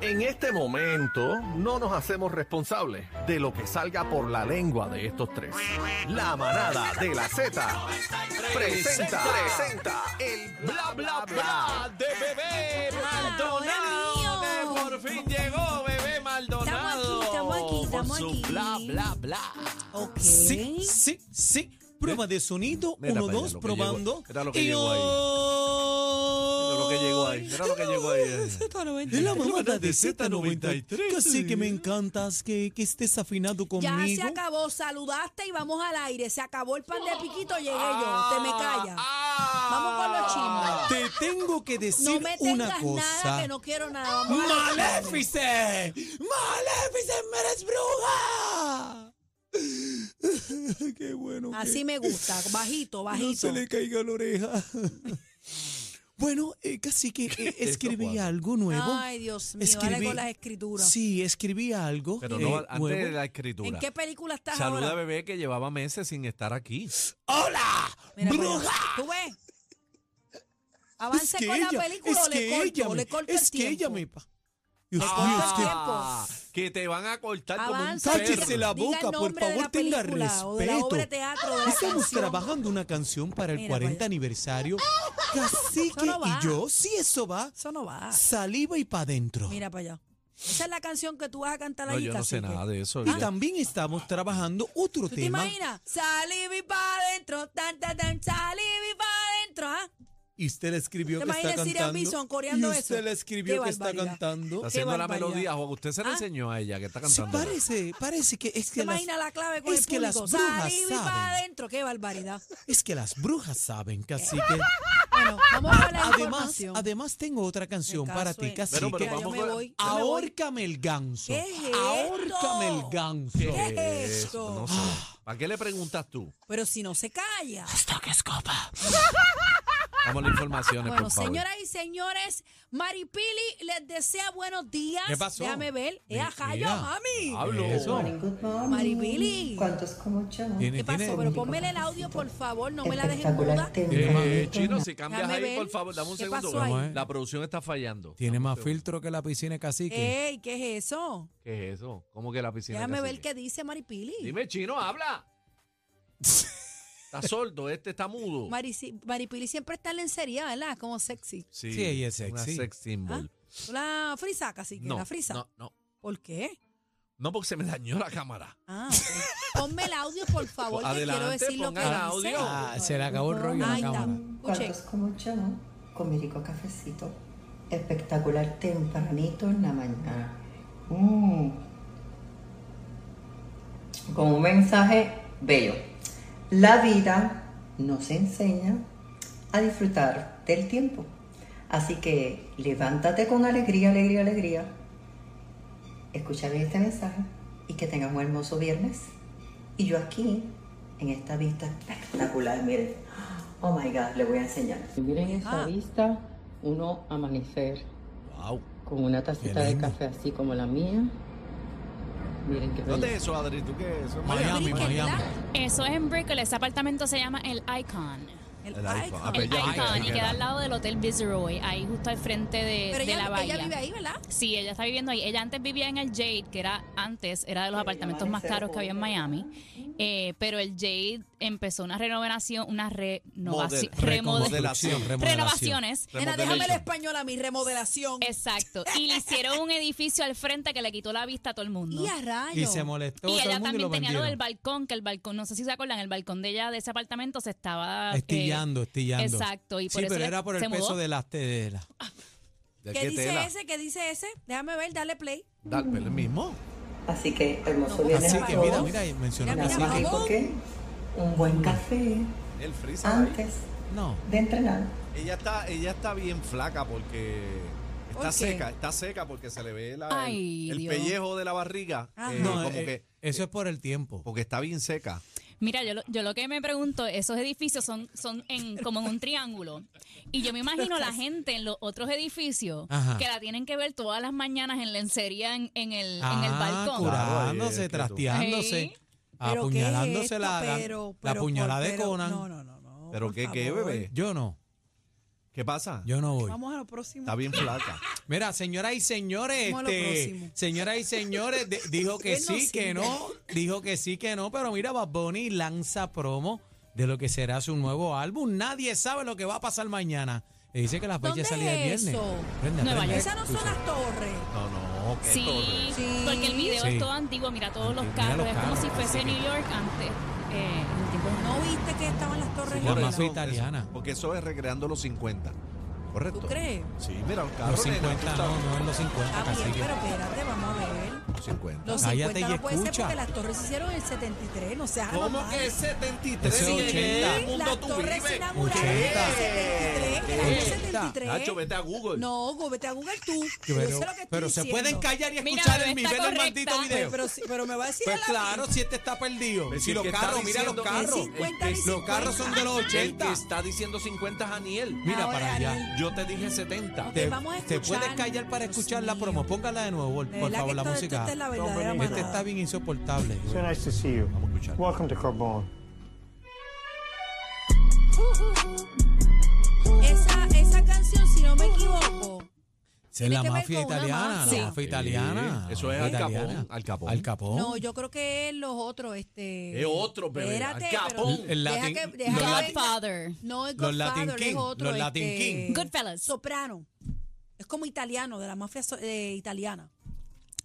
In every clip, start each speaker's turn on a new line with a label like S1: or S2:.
S1: En este momento no nos hacemos responsables de lo que salga por la lengua de estos tres. La manada de la Z presenta, presenta el bla bla bla de bebé Maldonado que por fin llegó bebé Maldonado.
S2: Estamos aquí, estamos aquí,
S1: con su
S2: estamos aquí.
S1: Bla bla bla.
S2: Ok.
S3: Sí, sí, sí. Prueba de sonido.
S1: Mira
S3: uno,
S1: para allá,
S3: dos,
S1: lo que
S3: probando.
S1: llegó- era lo que
S3: Y
S1: llegó ahí.
S3: hoy-
S1: Mira lo que llegó ahí, mira lo que llegó ahí. eh.
S3: Es la mamada de
S1: Z93.
S3: Z93. Casi que me encantas que, que estés afinado
S2: Ya se
S3: conmigo.
S2: acabó, saludaste y vamos al aire. Se acabó el pan de piquito, llegué yo.
S3: Ah,
S2: Te me calla. Vamos con los chismes.
S3: Te tengo que decir
S2: No me
S3: una
S2: tengas
S3: cosa.
S2: nada que no quiero nada. Vamos a los chismes.
S3: ¡Maléfice! ¡Maléfice, me eres bruja! ¡Qué bueno! que-
S2: Así me gusta, bajito,
S3: No
S2: bajito.
S3: se le caiga la oreja. bueno, eh, casi que eh, escribí
S1: pasa?
S3: algo nuevo.
S2: Ay, Dios mío, dale con las escrituras.
S3: Sí, escribí algo.
S1: Pero no,
S3: eh,
S1: antes
S3: nuevo.
S1: de la escritura.
S2: ¿En qué película estás
S1: Saluda a
S2: ahora?
S1: bebé que llevaba meses sin estar aquí.
S3: ¡Hola!
S2: Mira, mira.
S3: ¡Bruja!
S2: ¿Tú ves?
S3: Es
S2: Avance
S3: que
S2: con
S3: ella-
S2: la película o
S3: es
S2: le
S3: que ella
S2: corto,
S3: me-
S2: le corto
S3: Es
S2: el
S3: que ella
S2: tiempo. Ah,
S3: me... pa- Dios
S2: corto
S3: mío, es
S2: el
S3: que...
S2: tiempo.
S1: Ah, que te van a cortar
S2: Avanza,
S1: como un perro.
S3: Cállese
S2: diga-
S3: la
S2: diga el
S3: boca, por
S2: nombre de
S3: favor,
S2: la
S3: tenga
S2: película o de la obra de
S3: respeto.
S2: teatro, de la
S3: Estamos
S2: canción.
S3: trabajando una canción para el
S2: Mira,
S3: 40
S2: vaya.
S3: aniversario. Cacique
S2: no va.
S3: y yo, si eso va,
S2: Eso no va.
S3: saliva y pa' dentro.
S2: Mira para allá. Esa es la canción que tú vas a cantar
S1: No,
S2: allí,
S1: yo no sé
S2: cacique.
S1: nada de eso.
S3: Y
S1: ya.
S3: también estamos trabajando otro
S2: ah. ¿Tú te
S3: tema.
S2: imaginas? Salí mi pa' adentro, tan, tan, tan, salí mi pa' adentro, ¿ah?
S3: Y usted le escribió
S2: ¿Te
S3: que está
S2: imaginas Sirian
S3: cantando.
S2: Bison coreando
S3: y usted
S2: eso?
S3: le escribió
S2: Qué
S3: que está
S2: barbaridad.
S3: cantando.
S1: Está haciendo la
S2: barbaridad.
S1: melodía, Juan. Usted se la
S2: Ah.
S1: enseñó a ella que está
S3: Sí,
S1: cantando.
S3: parece, parece que es
S2: ¿Te
S3: que las,
S2: imaginas la clave con
S3: es
S2: el
S3: que las
S2: público?
S3: brujas
S2: Salí mi pa'
S3: saben.
S2: adentro, qué barbaridad.
S3: Es que las brujas saben, cacique.
S2: Bueno, vamos con la
S3: Además,
S2: información.
S3: además tengo otra canción
S2: Me
S3: para
S2: caso
S3: ti,
S2: en-
S3: cacique.
S1: Bueno, pero
S2: Ya, yo
S1: vamos
S2: me
S1: con-
S2: voy, yo me voy.
S3: Ahórcame el ganso.
S2: ¿Qué es
S3: Ahórcame
S2: esto?
S3: el ganso.
S2: ¿Qué es
S1: Eso,
S2: esto?
S1: no sé. ¿Para qué le preguntas tú?
S2: Pero si no se calla.
S3: Esto que es copa.
S1: Vamos a las informaciones,
S2: Bueno,
S1: por favor.
S2: señoras y señores, Maripili les desea buenos días.
S3: ¿Qué pasó?
S2: Déjame ver. ¡Eh, a Jayo,
S3: Mira.
S1: Ah,
S2: mami!
S1: Hablo.
S3: Eso.
S4: Good morning.
S2: Maripili.
S4: ¿Cuántos como yo?
S3: Tiene-
S2: ¿Qué pasó?
S3: tiene-
S2: Pero ponmele el audio, por favor. No me la dejen muda.
S4: Espectacular tema.
S1: Eh, Chino, si cambias
S2: Déjame
S1: ahí,
S2: ver.
S1: por favor, dame un
S2: ¿Qué
S1: segundo.
S2: pasó ahí?
S3: Vamos a ver.
S1: La producción está fallando.
S3: Tiene más filtro que la piscina de cacique.
S2: ¡Ey! ¿Qué es eso?
S1: ¿Qué es eso? ¿Cómo que la piscina?
S2: Déjame
S1: casi
S2: ver
S1: que-
S2: qué dice Maripili.
S1: Dime, Chino, habla. está sordo, este está mudo.
S2: Marici- Maripili siempre está en lencería, ¿verdad? Como sexy.
S3: Sí, ella es
S1: Una
S3: sexy.
S1: sex symbol.
S2: ¿Tú la frisa casi que
S1: No,
S2: Ah, la frisa?
S1: no, no.
S2: ¿Por qué?
S1: No, porque se me dañó la cámara.
S2: Ah, ok. ponme el audio, por favor, que quiero
S1: Adelante,
S2: decir lo que
S1: ponga el
S2: dice.
S1: audio.
S3: Ah, se le acabó el rollo a la
S2: Ahí está.
S3: cámara.
S4: ¿Cuántos como yo? Con mi rico cafecito. Espectacular tempranito en la mañana. Mm. Con un mensaje bello. La vida nos enseña a disfrutar del tiempo. Así que levántate con alegría, alegría, alegría. Escucha bien este mensaje y que tengas un hermoso viernes. Y yo aquí, en esta vista espectacular, miren. Oh my God, le voy a enseñar.
S5: Y Miren esa
S2: Ah.
S5: vista, uno amanecer
S1: Wow.
S5: con una tacita de
S3: lindo.
S5: café así como la mía. Miren qué
S1: ¿Dónde
S5: belleza.
S1: es eso, Adri? ¿Tú qué es eso?
S3: Miami,
S2: Brinquen,
S3: Miami.
S2: ¿verdad?
S6: Eso es en Brickell, ese apartamento se llama el Icon.
S2: El,
S1: El
S2: icon.
S1: iPhone. Ah,
S6: El
S1: Ella vive ahí,
S6: Icon y
S1: ¿verdad?
S6: queda al lado del Hotel Viceroy, ahí justo al frente de,
S2: Pero
S6: Eh, de
S2: ella,
S6: la bahía.
S2: ella vive ahí, ¿verdad?
S6: Sí, ella está viviendo ahí. Ella antes vivía en el Jade, que era antes, era de los apartamentos más caros que había en Miami. Eh, pero el Jade empezó una renovación, una renovación,
S1: Model-
S6: remodel-
S1: remodelación.
S6: renovaciones.
S2: Nena, déjame el español a mi remodelación.
S6: Exacto. Y le hicieron un edificio al frente que le quitó la vista a todo el mundo.
S2: Y a rayos.
S3: Y se molestó
S6: Y
S3: todo
S6: ella
S3: el mundo y
S6: también
S3: lo
S6: tenía lo del
S3: vendieron.
S6: balcón, que el balcón, no sé si se acuerdan, el balcón de ella de ese apartamento se estaba eh,
S3: Estillando, estillando.
S6: Exacto, y por
S3: sí,
S6: eso
S3: pero
S6: le-
S3: era por el
S6: se
S3: peso
S6: mudó.
S3: de las telas.
S1: ¿De
S2: ¿Qué
S1: qué
S2: dice
S1: tela?
S2: ese? ¿Qué dice ese? Déjame ver, dale play.
S1: Dale, pero el mismo.
S4: Así que hermoso
S2: No,
S4: viernes
S3: Así
S4: a
S3: que
S4: todos.
S3: mira, mira, y mencionó
S2: Mira,
S4: Nada
S2: mira,
S4: más
S3: cacique.
S2: vamos.
S4: rico que un buen café
S1: El freezer. ahí.
S4: antes
S3: No.
S4: de entrenar.
S1: Ella está, ella está bien flaca porque
S2: ¿Por
S7: Está
S2: qué?
S7: seca, está seca porque se le ve la- el-
S6: Ay,
S7: el,
S6: Dios.
S7: pellejo de la barriga.
S2: Ajá.
S7: eh,
S3: No,
S7: como
S3: eh,
S7: que,
S3: eso es por el tiempo.
S7: porque está bien seca.
S6: Mira, yo lo, yo lo que me pregunto, esos edificios son, son en, como en un triángulo. Y yo me imagino la gente en los otros edificios
S3: Ajá.
S6: que la tienen que ver todas las mañanas en lencería en, en el, en el
S3: Ah,
S6: balcón.
S3: Curándose,
S7: Claro, oye,
S3: trasteándose,
S6: Sí.
S2: ¿Pero qué es
S3: Ah, apuñalándose
S2: esto?
S3: la, la,
S2: Pero-
S3: la
S2: pero-
S3: puñalada de
S2: pero-
S3: Conan.
S2: No, no, no. no
S7: ¿Pero
S2: por
S7: qué, qué,
S2: favor.
S7: bebé?
S3: Yo no,
S7: ¿Qué pasa?
S3: yo no voy.
S2: Vamos a lo próximo.
S7: Está bien flaca.
S3: Mira, señoras y señores,
S2: Vamos a lo
S3: este,
S2: próximo.
S3: señoras y señores, de- dijo que
S2: Él no
S3: sí, que
S2: sirve.
S3: no, dijo que sí, que no, pero mira, Bad Bunny lanza promo de lo que será su nuevo álbum. Nadie sabe lo que va a pasar mañana. Y dice que la fecha
S2: ¿Dónde
S3: de salida
S2: es
S3: es viernes.
S2: eso?
S3: Prende,
S6: Nueva
S3: prende.
S6: York.
S2: Esas no son las torres.
S7: No, no, qué
S6: Sí,
S7: torre.
S2: Sí.
S6: porque el video
S3: Sí.
S6: es todo antiguo, mira todos los
S3: Mira
S6: carros,
S3: los
S6: es como
S3: carros,
S6: si fuese
S3: así
S6: New York antes. eh, en tiempos de-
S2: ¿No viste que estaban las torres?
S3: La
S7: Por
S2: gemelas?
S3: mafia
S7: eso-
S3: italiana.
S7: eso- porque eso es recreando los 50. ¿Correcto?
S2: ¿Tú crees?
S7: Sí, mira, los carros.
S3: Los
S7: nena, tú
S3: 50,
S7: estás-
S3: no, no es los 50,
S2: Está Ah, bien,
S3: cacique.
S2: pero espérate, vamos a ver.
S7: Los 50.
S2: Los
S3: Cállate
S2: 50
S3: y
S2: no puede ser
S3: escucha.
S2: porque las torres se hicieron en el 73, no seas
S1: ¿Cómo
S2: anormal.
S1: que es 73?
S3: Ese
S1: ¿Y en qué
S3: 80.
S1: mundo
S2: Las
S1: tú
S2: torres se
S1: vives?
S2: inauguraron
S3: Ochenta.
S2: en el 73, en el año
S3: 80.
S2: 73.
S1: Nacho, vete a Google.
S2: No, Hugo, vete a Google tú. Yo
S3: Pero,
S2: sé lo que estoy
S3: pero se
S2: diciendo.
S3: pueden callar y
S6: Mira,
S3: escuchar
S6: bebé,
S3: el
S6: está
S3: nivel del maldito
S6: correcta.
S3: video.
S2: Pero, sí- pero me va a decir
S3: Pues
S2: a la- Pues
S3: claro, si este está perdido.
S1: Pero
S3: Si
S1: el
S3: los
S1: que está
S3: carros, mira los
S1: diciendo que
S3: carros.
S2: es 50 ni
S3: Los
S2: 50.
S3: carros son de los
S2: Ah,
S1: El que
S3: 80.
S1: está diciendo 50 es Aniel.
S3: Mira
S2: Ahora,
S3: para allá.
S2: Ariel.
S1: Yo te dije 70.
S2: Ok,
S3: Te,
S2: vamos a
S3: te
S2: escuchar.
S3: puedes callar para
S2: Dios
S3: escuchar la
S2: mío.
S3: promo. Póngala de nuevo,
S2: De
S3: por
S2: verdad
S3: favor,
S2: que
S3: la
S2: esto- esto
S3: música.
S2: es la verdadera
S3: Este
S2: manada.
S3: está bien insoportable.
S8: So nice to see you.
S7: Vamos a escuchar.
S8: Welcome to Carbon.
S2: Esa, esa canción, si no me equivoco,
S3: Esa es
S2: que
S3: la
S2: ver
S3: mafia
S2: con una
S3: italiana,
S2: mafia.
S3: la mafia italiana.
S1: Sí, eso es
S3: la
S1: Al Capón,
S3: italiana.
S1: Al Capón.
S3: Al Capón.
S2: no, yo creo que es los otros, este...
S1: Es otro, bebé,
S2: Espérate,
S1: Al Capón.
S2: pero
S3: El
S2: deja
S3: Latin-
S2: que- deja
S3: los
S2: que venga.
S3: Latin-
S6: Godfather.
S2: No, es
S3: Los Latin
S2: Godfather,
S3: King,
S2: es otro.
S3: los Latin
S2: este,
S3: King.
S6: Goodfellas.
S2: Soprano. Es como italiano, de la mafia so- eh, italiana.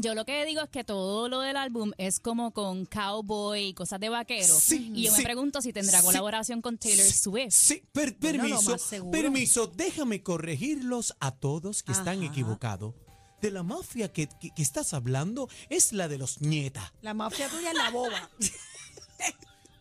S6: Yo lo que digo es que todo lo del álbum es como con cowboy y cosas de vaquero.
S3: Sí,
S6: y yo
S3: sí,
S6: me pregunto si tendrá
S3: sí,
S6: colaboración con Taylor Swift.
S3: Sí, per-
S2: Bueno, lo
S3: permiso,
S2: más seguro.
S3: permiso, déjame corregirlos a todos que están
S2: Ajá.
S3: equivocados. De la mafia que, que- que estás hablando es la de los nietas.
S2: La mafia tuya es la boba.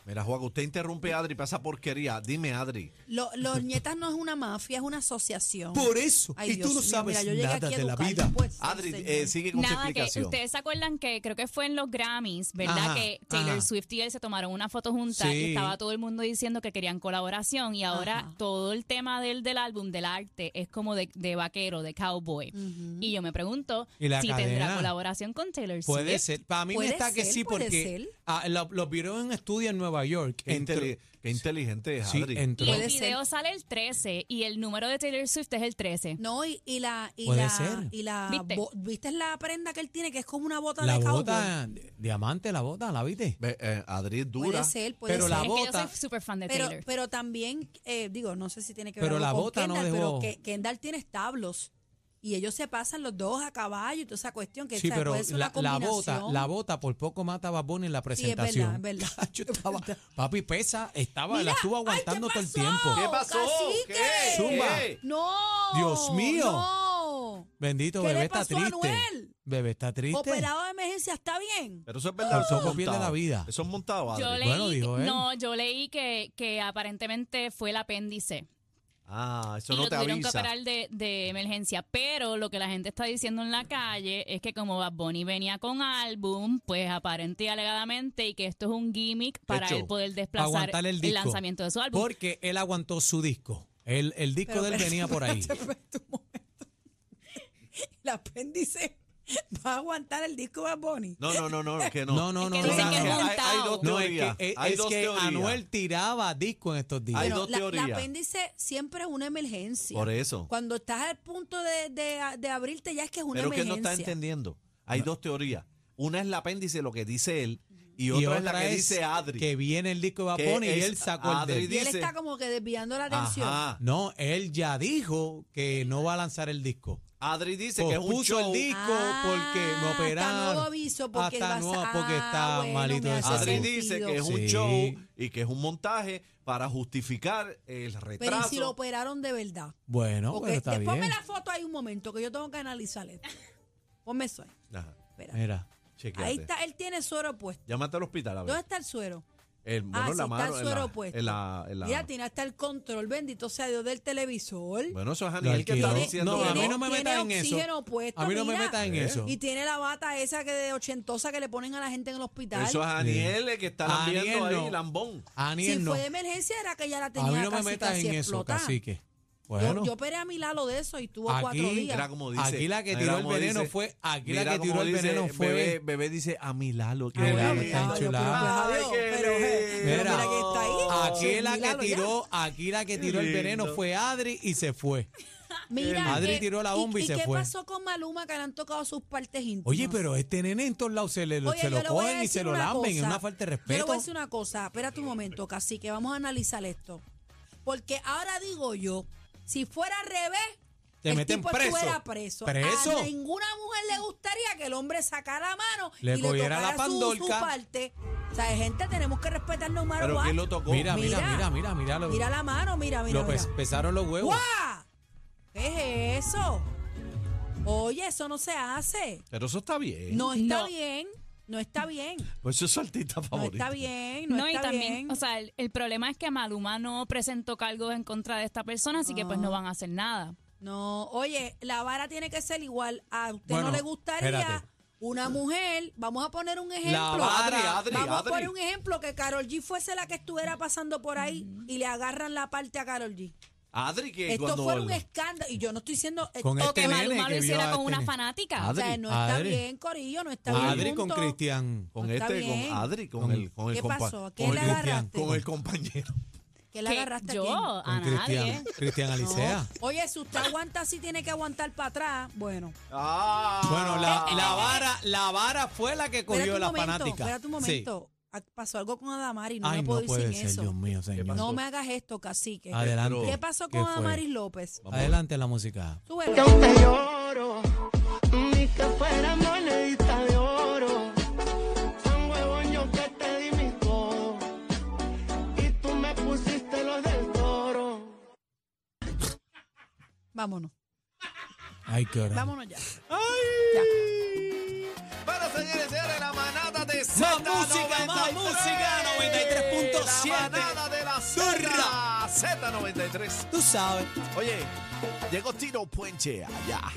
S7: Mira, Juan, usted interrumpe a Adri para esa porquería. Dime, Adri.
S2: Lo- los nietas no es una mafia, es una asociación.
S3: Por eso,
S2: Ay,
S3: y
S2: Dios
S3: tú no
S2: mío,
S3: sabes
S2: mira, yo llegué
S3: nada
S2: aquí a
S3: de la
S2: educar,
S3: vida.
S2: no puede ser,
S7: Adri,
S2: señor.
S7: eh, sigue con su
S6: Nada, que
S7: explicación.
S6: ustedes se acuerdan que creo que fue en los Grammys, ¿verdad?
S3: Ajá,
S6: que Taylor
S3: ajá.
S6: Swift y él se tomaron una foto juntas
S3: Sí.
S6: y estaba todo el mundo diciendo que querían colaboración y ahora
S2: Ajá.
S6: todo el tema del, del álbum, del arte, es como de, de vaquero, de cowboy. Y yo me pregunto
S3: Y
S6: si
S3: la cadena.
S6: tendrá colaboración con Taylor
S3: Puede
S6: Swift.
S3: ser. Para mí me
S2: Puede
S3: está que
S2: ser,
S3: sí,
S2: puede
S3: porque
S2: ser.
S3: ah, lo- los vieron en estudio en Nueva York.
S7: Qué,
S3: Entró-
S7: inteli- qué inteligente es
S3: sí,
S7: Adri.
S3: entró.
S6: Y el
S2: Puede ser.
S6: video sale el 13 y el número de Taylor Swift es el 13.
S2: No, y, y la. Y
S3: Puede
S2: la,
S3: ser.
S2: Y la
S6: ¿Viste?
S2: bo- ¿Viste la prenda que él tiene, que es como una bota
S3: La
S2: de cowboy?
S3: bota, eh, diamante, la bota, ¿la viste?
S7: Ve, eh, Adri es dura.
S2: Puede ser, puede
S3: Pero
S2: ser.
S3: la
S6: es que yo
S3: bota-
S6: soy súper fan de
S2: pero,
S6: Taylor.
S2: pero también, eh, digo, no sé si tiene que ver
S3: Pero
S2: algo
S3: la
S2: con
S3: bota no
S2: Kendall, pero
S3: dejó-
S2: que, Kendall tiene establos. Y ellos se pasan los dos a caballo y toda esa cuestión que
S3: Sí,
S2: o sea,
S3: pero
S2: puede ser
S3: la,
S2: una
S3: la bota,
S2: combinación.
S3: la bota por poco mata a Bad Bunny en la
S2: Sí, es verdad,
S3: presentación.
S2: es verdad.
S3: Yo estaba- papi pesa, estaba, la
S2: Mira,
S3: estuvo
S2: ay, ¿qué
S3: aguantando todo el
S2: pasó?
S3: tiempo.
S1: ¿Qué pasó?
S2: Cacique.
S1: ¿Qué?
S3: Zumba.
S1: ¿Qué?
S2: ¡No!
S3: Dios mío.
S2: ¡No!
S3: Bendito,
S2: ¿Qué le
S3: bebé está
S2: pasó a
S3: triste.
S2: Anuel?
S3: Bebé está triste.
S2: Operado de emergencia, ¿está bien?
S7: Pero eso es verdad.
S3: Por
S7: Eso es
S3: poco pierde
S7: montado.
S3: la vida.
S7: Eso es montado, Adri.
S6: Yo leí,
S3: Bueno, dijo él.
S6: no, yo leí que, que aparentemente fue el apéndice.
S7: Ah, eso
S6: y
S7: no
S6: lo
S7: te
S6: tuvieron que
S7: avisa.
S6: operar de, de emergencia. Pero lo que la gente está diciendo en la calle es que como Bad Bunny venía con álbum, pues aparente y alegadamente, y que esto es un gimmick para
S7: Hecho.
S6: él poder desplazar
S3: aguantar el disco.
S6: lanzamiento de su álbum.
S3: Porque él aguantó su disco. El, el disco
S2: Pero
S3: de él
S2: espérate,
S3: venía por ahí.
S2: espérate, espérate un momento. El apéndice va a aguantar el disco de Bad Bunny.
S7: No, no, no, no, que no.
S3: No, no,
S6: Es
S3: no,
S6: que
S3: no,
S6: dicen que
S3: no,
S6: es
S3: no.
S6: un-
S7: hay, hay dos
S3: No, es
S7: teorías.
S3: que, es-
S7: hay
S3: es
S7: dos
S3: que
S7: teorías.
S3: Anuel tiraba disco en estos días.
S7: Hay
S2: Pero
S7: dos
S2: la,
S7: teorías.
S2: el apéndice siempre es una emergencia.
S7: Por eso.
S2: Cuando estás al punto de, de- de abrirte ya es que es una
S7: Pero que no
S2: emergencia.
S7: está entendiendo. Hay dos teorías. Una es el apéndice, lo que dice él, y otra, es la que dice Adri.
S3: Que viene el disco de Bad
S7: Que
S3: Bunny y
S7: es
S3: él sacó el
S7: Adri
S3: de él.
S7: Di-
S2: y él
S7: dice-
S2: está como que desviando la atención.
S7: Ajá.
S3: No, él ya dijo que no va a lanzar el disco.
S7: Adri dice que es un
S3: Pospuso
S7: show.
S3: el disco
S2: Ah,
S3: porque me
S2: hasta
S3: operaron.
S2: nuevo aviso, porque
S3: Hasta
S2: vas-
S3: nuevo, porque
S2: ah,
S3: está
S2: bueno,
S3: malito
S2: me
S3: de
S2: hace
S3: salud.
S7: Adri
S2: sentido.
S7: dice que es un
S3: Sí.
S7: show y que es un montaje para justificar el
S2: Pero ¿y si lo
S7: retraso.
S2: operaron de verdad.
S3: Bueno,
S2: Porque
S3: pero está
S2: después
S3: bien.
S2: me la foto ahí un momento que yo tengo que analizar esto. Ponme eso ahí.
S7: Ajá,
S2: Espera.
S7: Eh,
S3: Mira.
S7: chequéate.
S2: Ahí está, él tiene suero puesto.
S7: Llámate al hospital a ver.
S2: ¿Dónde está el suero?
S7: El, bueno,
S2: Ah, sí,
S7: la
S2: está
S7: mano,
S2: en
S7: en
S2: su
S7: la-
S2: aeropuerto.
S7: en la- en la-
S2: Mira, tiene hasta el control, bendito sea Dios, del televisor.
S7: Bueno, eso es
S3: Lo
S7: Aniel que está
S3: alquiló.
S7: diciendo.
S3: No,
S7: que
S3: a mí
S2: Tiene-
S3: no me
S2: tiene
S3: metas en
S2: oxígeno
S3: eso.
S2: puesto,
S3: a mí no
S2: mira.
S3: me metas en eso.
S2: Y tiene la bata esa que de ochentosa que le ponen a la gente en el hospital.
S7: Eso es Aniel el que está
S3: Aniel
S7: lambiendo
S3: no.
S7: ahí, lambón.
S3: Aniel
S2: si
S3: no.
S2: fue de emergencia era que ya la
S3: A
S2: tenía
S3: mí no me
S2: casi,
S3: metas
S2: casi
S3: en eso,
S2: explotada.
S3: cacique.
S2: Yo-
S3: Bueno,
S2: Yo, operé a mi lalo de eso y estuvo
S3: Aquí
S2: cuatro días.
S7: Era como dice.
S3: Aquí la que
S7: mira
S3: tiró el
S7: cómo
S3: veneno fue- aquí la
S7: mira
S3: que tiró
S7: cómo
S3: el veneno fue-
S7: Bebé, bebé dice a mi Lalo.
S2: Ah,
S7: que
S3: Mira,
S7: Lalo
S3: me está
S7: está
S2: Ay, yo,
S3: enchulado.
S2: pues,
S7: Ay,
S2: pero, pues,
S7: qué
S2: adiós, pero,
S7: lindo.
S2: pero mira que está ahí.
S3: aquí
S2: Sí,
S3: la
S2: mi
S3: que
S2: Lalo ya.
S3: tiró, aquí la que tiró el
S7: lindo.
S3: veneno fue Adri y se fue.
S2: Mira,
S3: Adri
S2: que-
S3: tiró la bomba y se
S2: qué
S3: fue.
S2: pasó con Maluma que le han tocado sus partes íntimas?
S3: Oye, pero este nene en todos lados se, le,
S2: Oye,
S3: se
S2: yo
S3: lo
S2: le voy a
S3: cogen y
S2: decir
S3: se lo
S2: una
S3: lamben. Es
S2: cosa.
S3: una falta de
S2: Yo le
S3: respeto.
S2: voy a decir una cosa. Espérate un momento, Cacique. Vamos a analizar esto. Porque ahora digo yo, si fuera al revés,
S3: Te
S2: el
S3: meten
S2: tipo
S3: preso.
S2: estuviera preso.
S3: Preso.
S2: A ninguna mujer le gustaría que el hombre sacara la mano
S3: Le
S2: y le
S3: cogiera la
S2: tocara su, su
S3: pandorca.
S2: parte. O sea, gente, tenemos que respetar no matter
S7: Pero
S2: what.
S7: ¿quién lo tocó?
S3: Mira, mira,
S2: Mira.
S3: mira, mira, mira. Lo,
S2: Mira la mano, mira, mira,
S3: lo
S2: mira.
S3: pes- pesaron los huevos.
S2: ¡Guau! ¿Qué es eso? Oye, eso no se hace.
S7: Pero eso está bien.
S2: No está
S6: No.
S2: bien. No está bien.
S7: Pues eso es su artista
S2: No
S7: favorito.
S2: está bien. No,
S6: No, y
S2: está
S6: también,
S2: bien.
S6: o sea, el, el problema es que Maluma no presentó cargos en contra de esta persona, así que pues
S2: Ah.
S6: no van a hacer nada.
S2: No, oye, la vara tiene que ser igual. A usted
S3: Bueno,
S2: no le gustaría
S3: espérate.
S2: una mujer. Vamos a poner un ejemplo.
S3: vara,
S7: Adri, Adri,
S2: vamos a
S7: Adri.
S2: poner un ejemplo que Carol G fuese la que estuviera pasando por ahí y le agarran la parte a Carol G.
S7: Adri, que
S2: Esto
S7: cuando.
S2: fue un escándalo. Y yo no estoy diciendo.
S3: Con
S6: O
S3: Este
S6: que
S3: nene
S6: Maluma
S3: que
S6: lo hiciera
S3: vio a
S6: con
S3: este
S6: una
S3: nene.
S6: fanática.
S2: o sea,
S7: Adri.
S2: no está
S3: Adri.
S2: bien, Corillo, no está bien.
S3: Adri con
S2: junto.
S3: Cristian.
S7: con
S2: No está
S7: este,
S2: bien.
S7: con Adri, con
S3: Con-
S7: el, con el
S2: ¿Qué
S7: compa-
S2: pasó? ¿A quién
S7: con
S2: le
S7: el-
S2: agarraste?
S7: Con el compañero.
S2: ¿Qué le
S6: Que
S2: agarraste a
S6: yo,
S2: quién?
S6: a,
S3: Con
S6: nadie.
S3: Cristian. Cristian
S2: No.
S7: ah.
S3: Alicea.
S2: Oye, si usted aguanta así, tiene que aguantar para atrás. Bueno.
S7: Ah.
S3: Bueno, la,
S2: Eh,
S3: la vara, la vara fue la que
S2: Espérate
S3: cogió
S2: un
S3: la
S2: momento,
S3: fanática.
S2: Espérate un
S3: Sí.
S2: momento. Ah, Pasó algo con Adamari, no
S3: Ay,
S2: me
S3: no
S2: puedo ir
S3: puede
S2: sin
S3: ser,
S2: eh, eso.
S3: Dios mío, señor.
S2: No me hagas esto, cacique.
S3: Adelante.
S2: ¿Qué pasó
S3: ¿Qué
S2: con
S3: fue?
S2: Adamaris López?
S3: Adelante la música.
S2: Súbelo. Vámonos,
S3: Ay, qué hora.
S2: vámonos ya.
S7: ¡Ay! Bueno, señores, señores, la manada de Z93.
S3: música, más música, 93.7.
S7: La manada de la
S3: Zurra.
S7: Z. Z93.
S3: Tú sabes.
S7: Oye, llegó Tino Puenche allá.